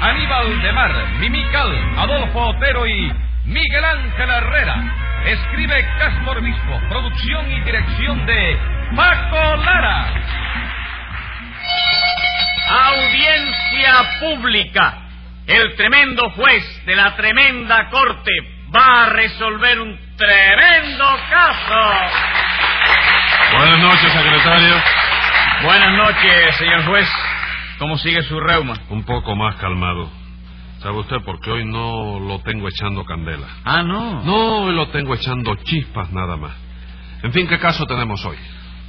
Aníbal de Mar, Mimical, Adolfo Otero y Miguel Ángel Herrera. Escribe Castro Obispo, producción y dirección de Paco Lara. Audiencia pública. El tremendo juez de la tremenda corte va a resolver un tremendo caso. Buenas noches, secretario. Buenas noches, señor juez. ¿Cómo sigue su reuma? Un poco más calmado. ¿Sabe usted por qué hoy no lo tengo echando candela? Ah, no. No, hoy lo tengo echando chispas nada más. En fin, ¿qué caso tenemos hoy?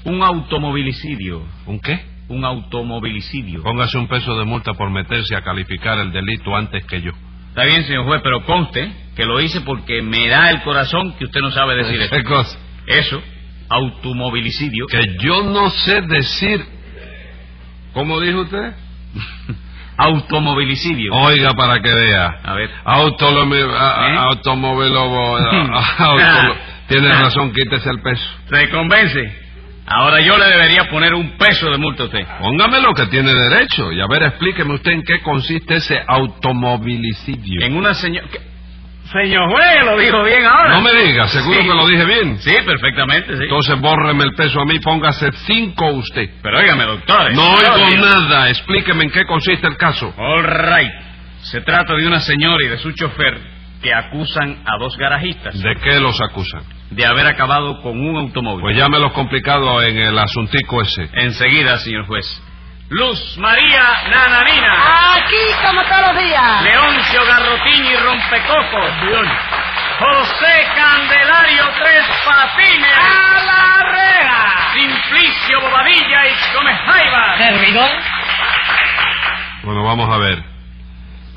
Un automovilicidio. ¿Un qué? Un automovilicidio. Póngase un peso de multa por meterse a calificar el delito antes que yo. Está bien, señor juez, pero conste que lo hice porque me da el corazón que usted no sabe decir eso. ¿Qué cosa? Eso, automovilicidio. Que yo no sé decir. ¿Cómo dijo usted? Automovilicidio. Oiga, para que vea. A ver. Autolomi... a- ¿Eh? a- Automovilobo... a- a- autolo- Tiene Ah. razón, quítese el peso. ¿Se convence? Ahora yo le debería poner un peso de multa a usted. Póngame lo que tiene derecho. Y a ver, explíqueme usted en qué consiste ese automovilicidio. En una señor... ¿Qué? Señor juez, lo dijo bien ahora. No me diga, seguro Sí. que lo dije bien. Sí, perfectamente, sí. Entonces bórreme el peso a mí, póngase cinco usted. Pero óigame, doctor. No esto- oigo nada, explíqueme en qué consiste el caso. All right. Se trata de una señora y de su chofer que acusan a dos garajistas ¿De qué los acusan? de haber acabado con un automóvil. Pues llámelos complicado en el asuntico ese. Enseguida, señor juez. Luz María Nananina. Aquí como todos los días. Leoncio Garrotín y Rompecocos. José Candelario Tres Patines. ¡A la rega! Simplicio Bobadilla y Gómez Jaivas. Servidor. Bueno, vamos a ver.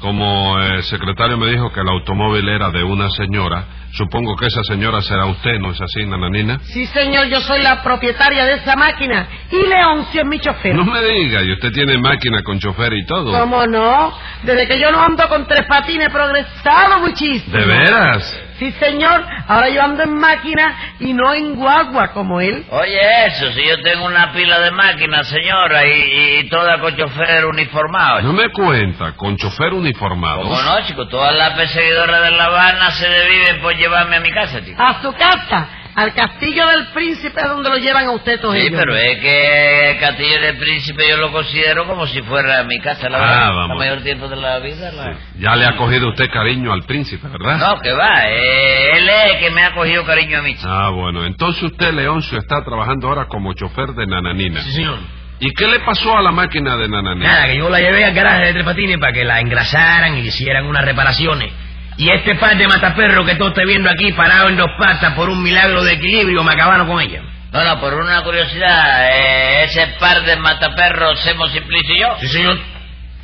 Como el secretario me dijo que el automóvil era de una señora, supongo que esa señora será usted, ¿no es así, nananina? Sí, señor, yo soy la propietaria de esa máquina. Y Leoncio es mi chofer. No me diga, y usted tiene máquina con chofer y todo. ¿Cómo no? Desde que yo no ando con tres patines he progresado muchísimo. ¿De veras? Sí, señor. Ahora yo ando en máquina y no en guagua como él. Oye, eso, si yo tengo una pila de máquinas, señora, y, y toda con chofer uniformado. No me cuenta, con chofer uniformado. ¿Cómo no, chico? Todas las perseguidoras de La Habana se desviven por llevarme a mi casa, chico. A su casa, al castillo del príncipe, es donde lo llevan a usted todos Sí, ellos. pero es que el Castillo del Príncipe yo lo considero como si fuera mi casa, la Ah, verdad. vamos. La mayor tiempo de la vida, la... Ya le ha cogido usted cariño al príncipe, ¿verdad? No, que va, eh, él es el que me ha cogido cariño a mí, chico. Ah, bueno, entonces usted, Leoncio, está trabajando ahora como chofer de Nananina. señor. ¿Y qué le pasó a la máquina de Nananina? Nada, que yo la llevé al garaje de Tres Patines para que la engrasaran y le hicieran unas reparaciones. Y este par de mataperros que todo esté viendo aquí parado en dos patas por un milagro de equilibrio me acabaron con ella. No, no, por una curiosidad, eh, ese par de mataperros hemos Simplicio y yo. Sí, señor.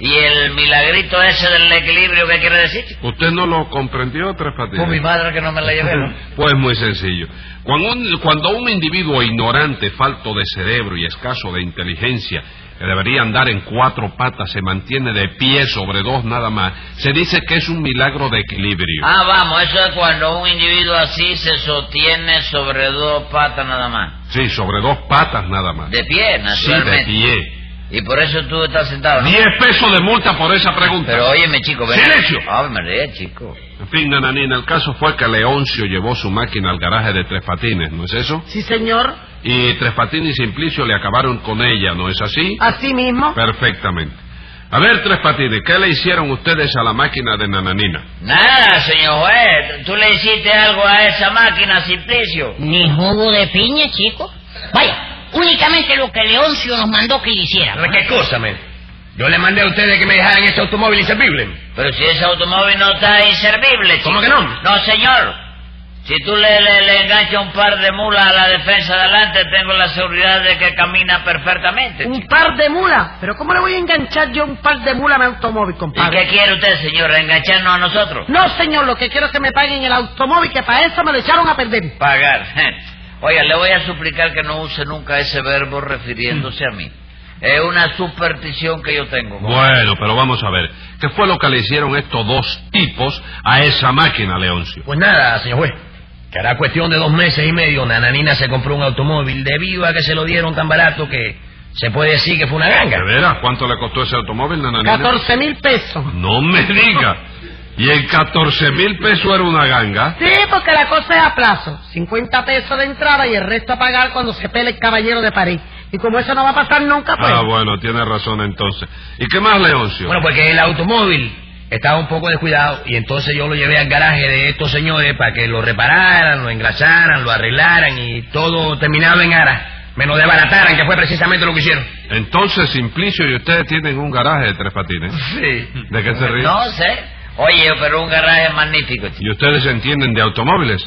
Y el milagrito ese del equilibrio, ¿qué quiere decir, chico? ¿Usted no lo comprendió, Tres Patines? Pues Con mi madre que no me la llevé, ¿no? Pues muy sencillo. Cuando un, cuando un individuo ignorante, falto de cerebro y escaso de inteligencia, que debería andar en cuatro patas, se mantiene de pie sobre dos nada más, se dice que es un milagro de equilibrio. Ah, vamos, eso es cuando un individuo así se sostiene sobre dos patas nada más. Sí, sobre dos patas nada más. De pie, sí, de naturalmente. pie. Y por eso tú estás sentado, ¿no? Diez pesos de multa por esa pregunta. Pero óyeme, chico, ven. ¡Silencio! Ah, me reí, chico. En fin, nananina, el caso fue que Leoncio llevó su máquina al garaje de Tres Patines, ¿no es eso? Sí, señor. Y Tres Patines y Simplicio le acabaron con ella, ¿no es así? Así mismo. Perfectamente. A ver, Tres Patines, ¿qué le hicieron ustedes a la máquina de Nananina? Nada, señor juez, tú le hiciste algo a esa máquina, Simplicio. Ni jugo de piña, chico. Vaya, únicamente lo que Leoncio nos mandó que hiciera. ¿Qué cosa, men? Yo le mandé a ustedes que me dejaran ese automóvil inservible. Pero si ese automóvil no está inservible, chico. ¿Cómo que no? No, señor. Si tú le, le, le enganchas un par de mulas a la defensa de adelante, tengo la seguridad de que camina perfectamente. Un chico. par de mulas. ¿Pero cómo le voy a enganchar yo un par de mulas a mi automóvil, ¿Y compadre? qué quiere usted, señor? ¿Engancharnos a nosotros? No, señor, lo que quiero es que me paguen el automóvil, que para eso me lo echaron a perder. Pagar. Oiga, le voy a suplicar que no use nunca ese verbo refiriéndose a mí. Es una superstición que yo tengo. Bueno, pero vamos a ver. ¿Qué fue lo que le hicieron estos dos tipos a esa máquina, Leoncio? Pues nada, señor juez. Que hará cuestión de dos meses y medio, Nananina se compró un automóvil debido a que se lo dieron tan barato que Se puede decir que fue una ganga. ¿De veras? ¿Cuánto le costó ese automóvil, nananina? 14 mil pesos. No me diga. ¿Y el 14 mil pesos era una ganga? Sí, porque la cosa es a plazo. 50 pesos de entrada y el resto a pagar cuando se pele el caballero de París. Y como eso no va a pasar nunca, pues... Ah, bueno, tiene razón entonces. ¿Y qué más, Leoncio? Bueno, porque el automóvil estaba un poco descuidado y entonces yo lo llevé al garaje de estos señores para que lo repararan, lo engrasaran, lo arreglaran y todo terminado en ara. Me lo desbarataran, que fue precisamente lo que hicieron. Entonces, Simplicio y ustedes tienen un garaje de tres patines. Sí. ¿De qué se ríen? No sé. Oye, pero un garaje magnífico, chico. ¿Y ustedes entienden de automóviles?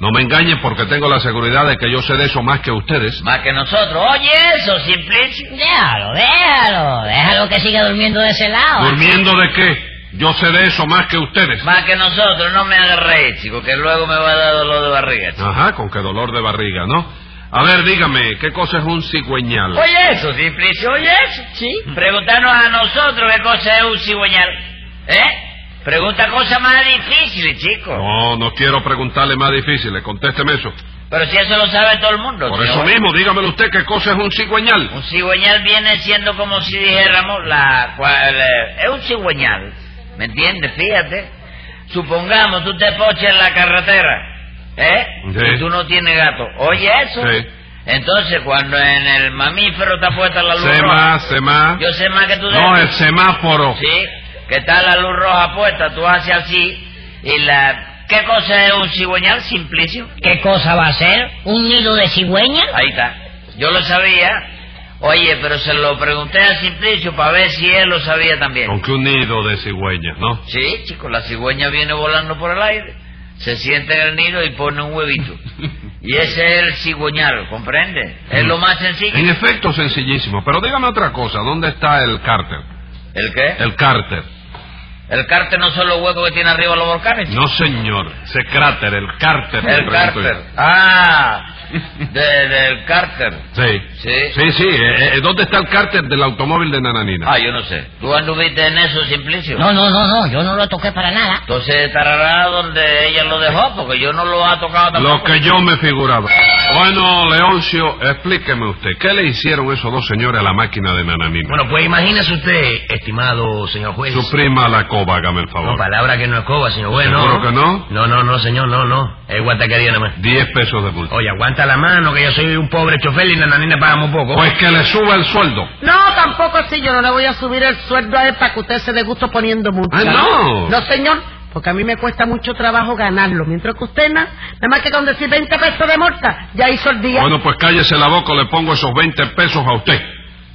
No me engañen porque tengo la seguridad de que yo sé de eso más que ustedes. Más que nosotros. Oye, eso, Simplicio. Déjalo, déjalo. Déjalo que siga durmiendo de ese lado. ¿Durmiendo de qué? Yo sé de eso más que ustedes. Más que nosotros. No me hagas reír, chico, que luego me va a dar dolor de barriga, chico. Ajá, con qué dolor de barriga, ¿no? A ver, dígame, ¿qué cosa es un cigüeñal? Oye, eso, Simplicio. Oye, eso. Sí. Preguntarnos a nosotros qué cosa es un cigüeñal. ¿Eh? Pregunta cosas más difíciles, chico. No, no quiero preguntarle más difíciles. Contésteme eso. Pero si eso lo sabe todo el mundo. Por tío. eso mismo, dígamelo usted, ¿qué cosa es un cigüeñal? Un cigüeñal viene siendo como si dijéramos la cual, eh, es un cigüeñal. ¿Me entiendes? Fíjate. Supongamos tú te poches en la carretera, ¿eh? Sí. Y tú no tienes gato. Oye eso. Sí. Entonces cuando en el mamífero está puesta la luz roja. Sema, sema. Yo sé más que tú. de No, eso. el semáforo. Sí. Que está la luz roja puesta, tú haces así y la. ¿Qué cosa es un cigüeñal simplicio? ¿Qué cosa va a ser? ¿Un nido de cigüeña? Ahí está. Yo lo sabía. Oye, pero se lo pregunté a Simplicio para ver si él lo sabía Con también. que un nido de cigüeñas, ¿no? Sí, chico, la cigüeña viene volando por el aire, se sienta en el nido y pone un huevito. Y ese es el cigüeñal, ¿comprende? Es lo más En sencillo. efecto, sencillísimo. Pero dígame otra cosa, ¿dónde está el cárter? ¿El qué? El cárter. El cárter no son los huecos que tiene arriba los volcanes. chico. No, señor. Ese cráter, el cárter. le el pregunto yo. cárter. Ah, de- del cárter. Sí. Sí. Sí, sí. eh, eh, ¿Dónde está el cárter del automóvil de Nananina? Ah, yo no sé. ¿Tú anduviste en eso, Simplicio? No, no, no, no. Yo no lo toqué para nada. Entonces estará donde ella lo dejó, porque yo no lo ha tocado tampoco. Lo que yo me figuraba. Bueno, Leoncio, explíqueme usted, ¿qué le hicieron esos dos señores a la máquina de Nananina? Bueno, pues imagínese usted, estimado señor pues, juez. Suprima la coba, hágame el favor. No, palabra que no es coba, señor juez, no. ¿Seguro que no? No, no, no, señor, no, no. Eh, Es guataquería nada más. Diez pesos de multa. Oye, aguanta la mano, que yo soy un pobre chofer y la nanina paga muy poco. Pues que le suba el sueldo. No, tampoco así. Yo no le voy a subir el sueldo a él para que usted se dé gusto poniendo multa. Ah, no. No, señor. Porque a mí me cuesta mucho trabajo ganarlo. Mientras que usted, na- nada más que con decir 20 pesos de multa, ya hizo el día. Bueno, pues cállese la boca, le pongo esos 20 pesos a usted.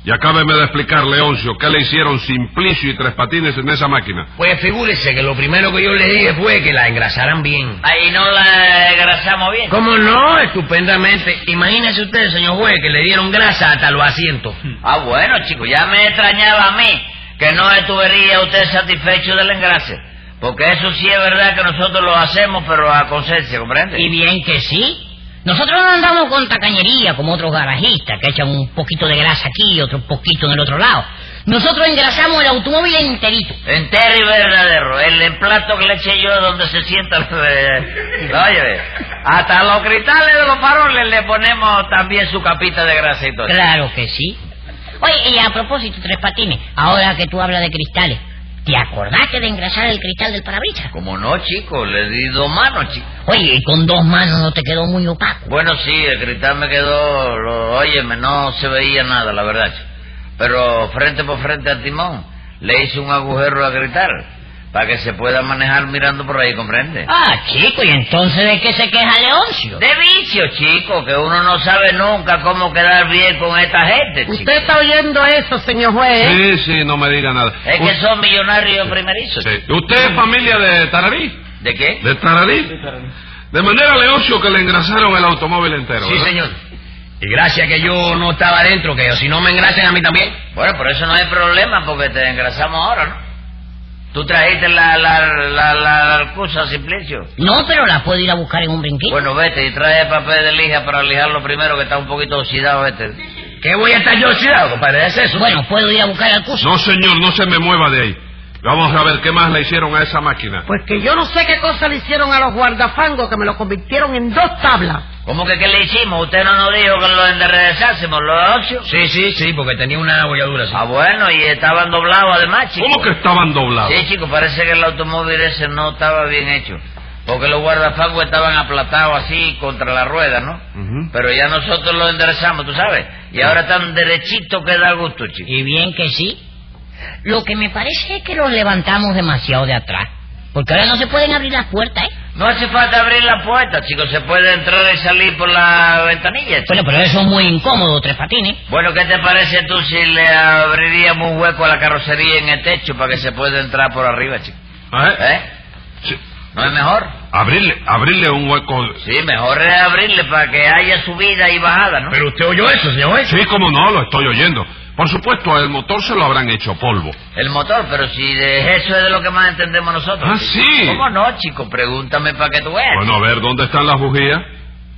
Y acábeme de explicar, Leoncio, ¿qué le hicieron Simplicio y Tres Patines en esa máquina? Pues figúrese que lo primero que yo le dije fue que la engrasaran bien. Ahí no la engrasamos bien. ¿Cómo no? Estupendamente. Imagínese usted, señor juez, que le dieron grasa hasta los asientos. Ah, bueno, chicos, ya me extrañaba a mí que no estuviera usted satisfecho del engrase. Porque eso sí es verdad que nosotros lo hacemos, pero a conciencia, ¿comprende? Y bien que sí. Nosotros no andamos con tacañería como otros garajistas que echan un poquito de grasa aquí y otro poquito en el otro lado. Nosotros engrasamos el automóvil enterito. Entero y verdadero. El emplato que le eché yo donde se sienta. eh, Oye, ve, hasta los cristales de los faroles le ponemos también su capita de grasa y todo. Claro que sí. Oye, y a propósito, Tres Patines, ahora que tú hablas de cristales, ¿te acordaste de engrasar el cristal del parabrisas? Como no, chico, le di dos manos, chico. Oye, y con dos manos no te quedó muy opaco. Bueno, sí, el cristal me quedó, lo- óyeme, no se veía nada, la verdad. chico. Pero frente por frente al timón le hice un agujero a gritar para que se pueda manejar mirando por ahí, ¿comprende? Ah, chico, ¿y entonces de qué se queja Leoncio? De vicio, chico, que uno no sabe nunca cómo quedar bien con esta gente, chico. usted está oyendo eso, señor juez. ¿eh? Sí, sí, no me diga nada. Es que son millonarios primerizos. Sí. ¿Usted es familia de Tararí? ¿De qué? ¿De Tararí? De manera, Leoncio, que le engrasaron el automóvil entero. Sí, ¿verdad? señor. Y gracias que yo no estaba adentro, que si no me engrasen a mí también. Bueno, por eso no hay problema, porque te engrasamos ahora, ¿no? Tú trajiste la, la, la, la, la excusa, Simplicio. No, pero la puedo ir a buscar en un brinquito. Bueno, vete y trae papel de lija para lijarlo primero, que está un poquito oxidado este. ¿Qué voy a estar yo oxidado, compadre? ¿Es eso? Bueno, puedo ir a buscar al curso. No, señor, no se me mueva de ahí. Vamos a ver qué más le hicieron a esa máquina. Pues que yo no sé qué cosa le hicieron a los guardafangos que me lo convirtieron en dos tablas. ¿Cómo que qué le hicimos? ¿Usted no nos dijo que lo enderezásemos, los ocho? Sí, sí, sí, porque tenía una bolladura así. Ah, bueno, y estaban doblados además, chicos. ¿Cómo que estaban doblados? Sí, chicos, parece que el automóvil ese no estaba bien hecho. Porque los guardafangos estaban aplatados así contra la rueda, ¿no? Ujú. Pero ya nosotros lo enderezamos, tú sabes. Y ahora están derechitos que da gusto, chicos. Y bien que sí. Lo que me parece es que los levantamos demasiado de atrás. Porque ahora no se pueden abrir las puertas, ¿eh? No hace falta abrir la puerta, chicos. Se puede entrar y salir por la ventanilla, chicos. Bueno, pero eso es muy incómodo, tres patines. Bueno, ¿qué te parece tú si le abriríamos un hueco a la carrocería en el techo para que se pueda entrar por arriba, chico? Ah, ¿eh? ¿Eh? Sí. ¿No es mejor? Abrirle, abrirle un hueco. Sí, mejor es abrirle para que haya subida y bajada, ¿no? Pero usted oyó eso, señor. ¿eh? juez? Sí, como no, lo estoy oyendo. Por supuesto, el motor se lo habrán hecho polvo. El motor, pero si de eso es de lo que más entendemos nosotros. Ah, chico. sí. ¿Cómo no, chico? Pregúntame para que tú veas. Bueno, a ver, ¿dónde están las bujías?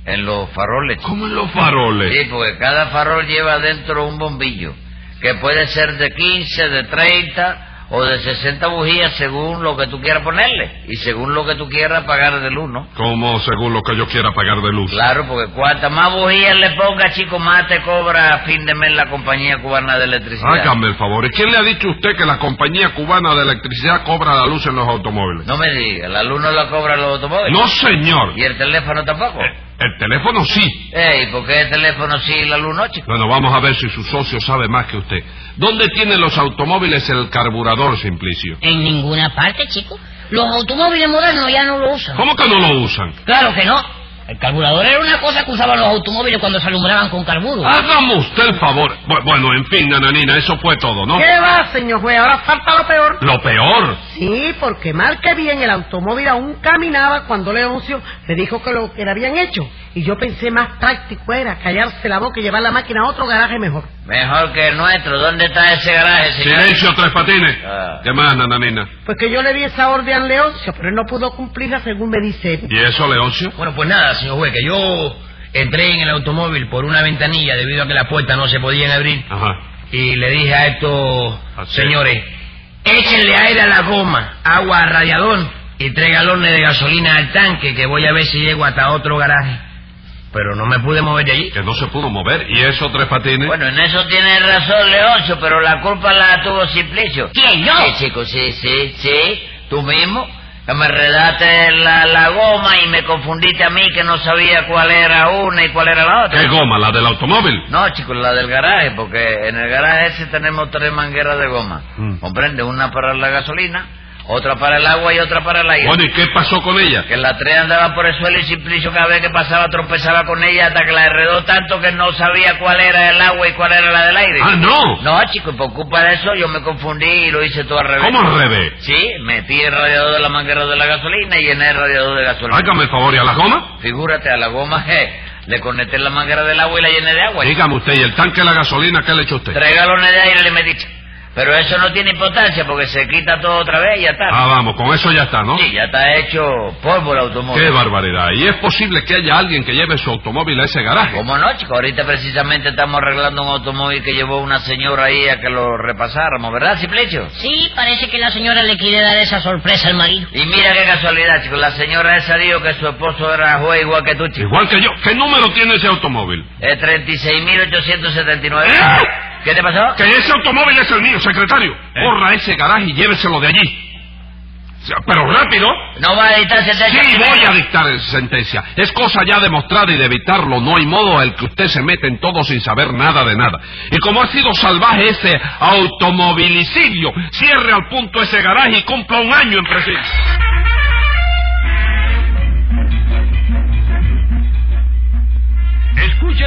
En los faroles, chico. ¿Cómo en los faroles? Sí, porque cada farol lleva dentro un bombillo, que puede ser de 15, de 30 o de 60 bujías según lo que tú quieras ponerle y según lo que tú quieras pagar del uno. Como según lo que yo quiera pagar de luz. Claro, porque cuanta más bujías le ponga, chico, más te cobra a fin de mes la compañía cubana de electricidad. Hágame el favor. ¿Y quién le ha dicho a usted que la compañía cubana de electricidad cobra la luz en los automóviles? No me diga, la luz no la cobra los automóviles. No, señor. ¿Y el teléfono tampoco? Eh, El teléfono sí. Ey, ¿por qué el teléfono sí y la luz no, chico? Bueno, vamos a ver si su socio sabe más que usted. ¿Dónde tienen los automóviles el carburador, Simplicio? En ninguna parte, chico. Los automóviles modernos ya no lo usan. ¿Cómo que no lo usan? Claro que no. El carburador era una cosa que usaban los automóviles cuando se alumbraban con carburo. Hágame usted el favor. Bu- Bueno, en fin, nananina, eso fue todo, ¿no? ¿Qué va, señor juez? Ahora falta lo peor. Lo peor. Sí, porque mal que bien el automóvil aún caminaba cuando Leoncio le dijo que lo que le habían hecho. Y yo pensé más táctico era callarse la boca y llevar la máquina a otro garaje mejor. Mejor que el nuestro. ¿Dónde está ese garaje, señor? Silencio, tres patines. Ah. ¿Qué más, nananina? Pues que yo le di esa orden a Leoncio, pero él no pudo cumplirla según me dice él. ¿Y eso, Leoncio? Bueno, pues nada, señor juez, que yo entré en el automóvil por una ventanilla debido a que las puertas no se podían abrir Ajá. y le dije a estos Así. señores, échenle aire a la goma, agua al radiador y tres galones de gasolina al tanque que voy a ver si llego hasta otro garaje. Pero no me pude mover de allí. Que no se pudo mover. ¿Y eso, tres patines? Bueno, en eso tiene razón Leoncio, pero la culpa la tuvo Simplicio. ¿Quién, yo? Sí, chico, sí, sí, sí. Tú mismo. Que me enredaste la, la goma y me confundiste a mí que no sabía cuál era una y cuál era la otra. ¿Qué goma? ¿La del automóvil? No, chicos, la del garaje, porque en el garaje ese tenemos tres mangueras de goma. Mm. ¿Comprende? Una para la gasolina, otra para el agua y otra para el aire. Bueno, ¿y qué pasó con ella? Que las tres andaban por el suelo y Simplicio cada vez que pasaba tropezaba con ella hasta que la enredó tanto que no sabía cuál era el agua y cuál era la del aire. Ah, no. No, chicos, por culpa de eso yo me confundí y lo hice todo al revés. ¿Cómo al revés? Sí, metí el radiador de la manguera de la gasolina y llené el radiador de gasolina. Hágame el favor, ¿y a la goma? Figúrate, a la goma eh, le conecté la manguera del agua y la llené de agua. Dígame usted, ¿y el tanque de la gasolina qué le echó usted? Tres galones de aire le metí. Pero eso no tiene importancia porque se quita todo otra vez y ya está. Ah, vamos, con eso ya está, ¿no? Sí, ya está hecho polvo el automóvil. Qué barbaridad. ¿Y es posible que haya alguien que lleve su automóvil a ese garaje? ¿Cómo no, chico? Ahorita precisamente estamos arreglando un automóvil que llevó una señora ahí a que lo repasáramos, ¿verdad, Ciplecho? Sí, parece que la señora le quiere dar esa sorpresa al marido. Y mira qué casualidad, chico. La señora esa dijo que su esposo era juez igual que tú, chico. Eh, Igual que yo. ¿Qué número tiene ese automóvil? Es 36.879. ¿Eh? ¿Qué te pasó? Que ese automóvil es el mío, secretario. Borra ese garaje y lléveselo de allí. O sea, Pero rápido. ¿No va a editarse el Sí, voy a dictar esa sentencia. Es cosa ya demostrada y de evitarlo. No hay modo el que usted se mete en todo sin saber nada de nada. Y como ha sido salvaje ese automovilicidio, cierre al punto ese garaje y cumpla un año en presidio. Escucha